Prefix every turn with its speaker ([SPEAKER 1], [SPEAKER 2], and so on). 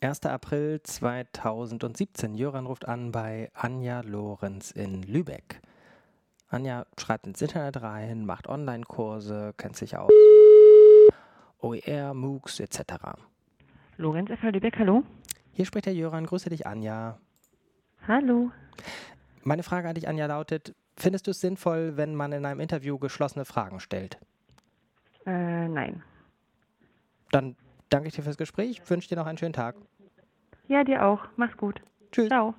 [SPEAKER 1] 1. April 2017. Jöran ruft an bei Anja Lorenz in Lübeck. Anja schreibt ins Internet rein, macht Online-Kurse, kennt sich aus. E OER, MOOCs etc.
[SPEAKER 2] Lorenz FH Lübeck, hallo.
[SPEAKER 1] Hier spricht der Jöran. Grüße dich, Anja.
[SPEAKER 2] Hallo.
[SPEAKER 1] Meine Frage an dich, Anja, lautet: Findest du es sinnvoll, wenn man in einem Interview geschlossene Fragen stellt?
[SPEAKER 2] Äh, nein.
[SPEAKER 1] Dann danke ich dir fürs Gespräch, wünsche dir noch einen schönen Tag.
[SPEAKER 2] Ja, dir auch. Mach's gut.
[SPEAKER 1] Tschüss.
[SPEAKER 2] Ciao.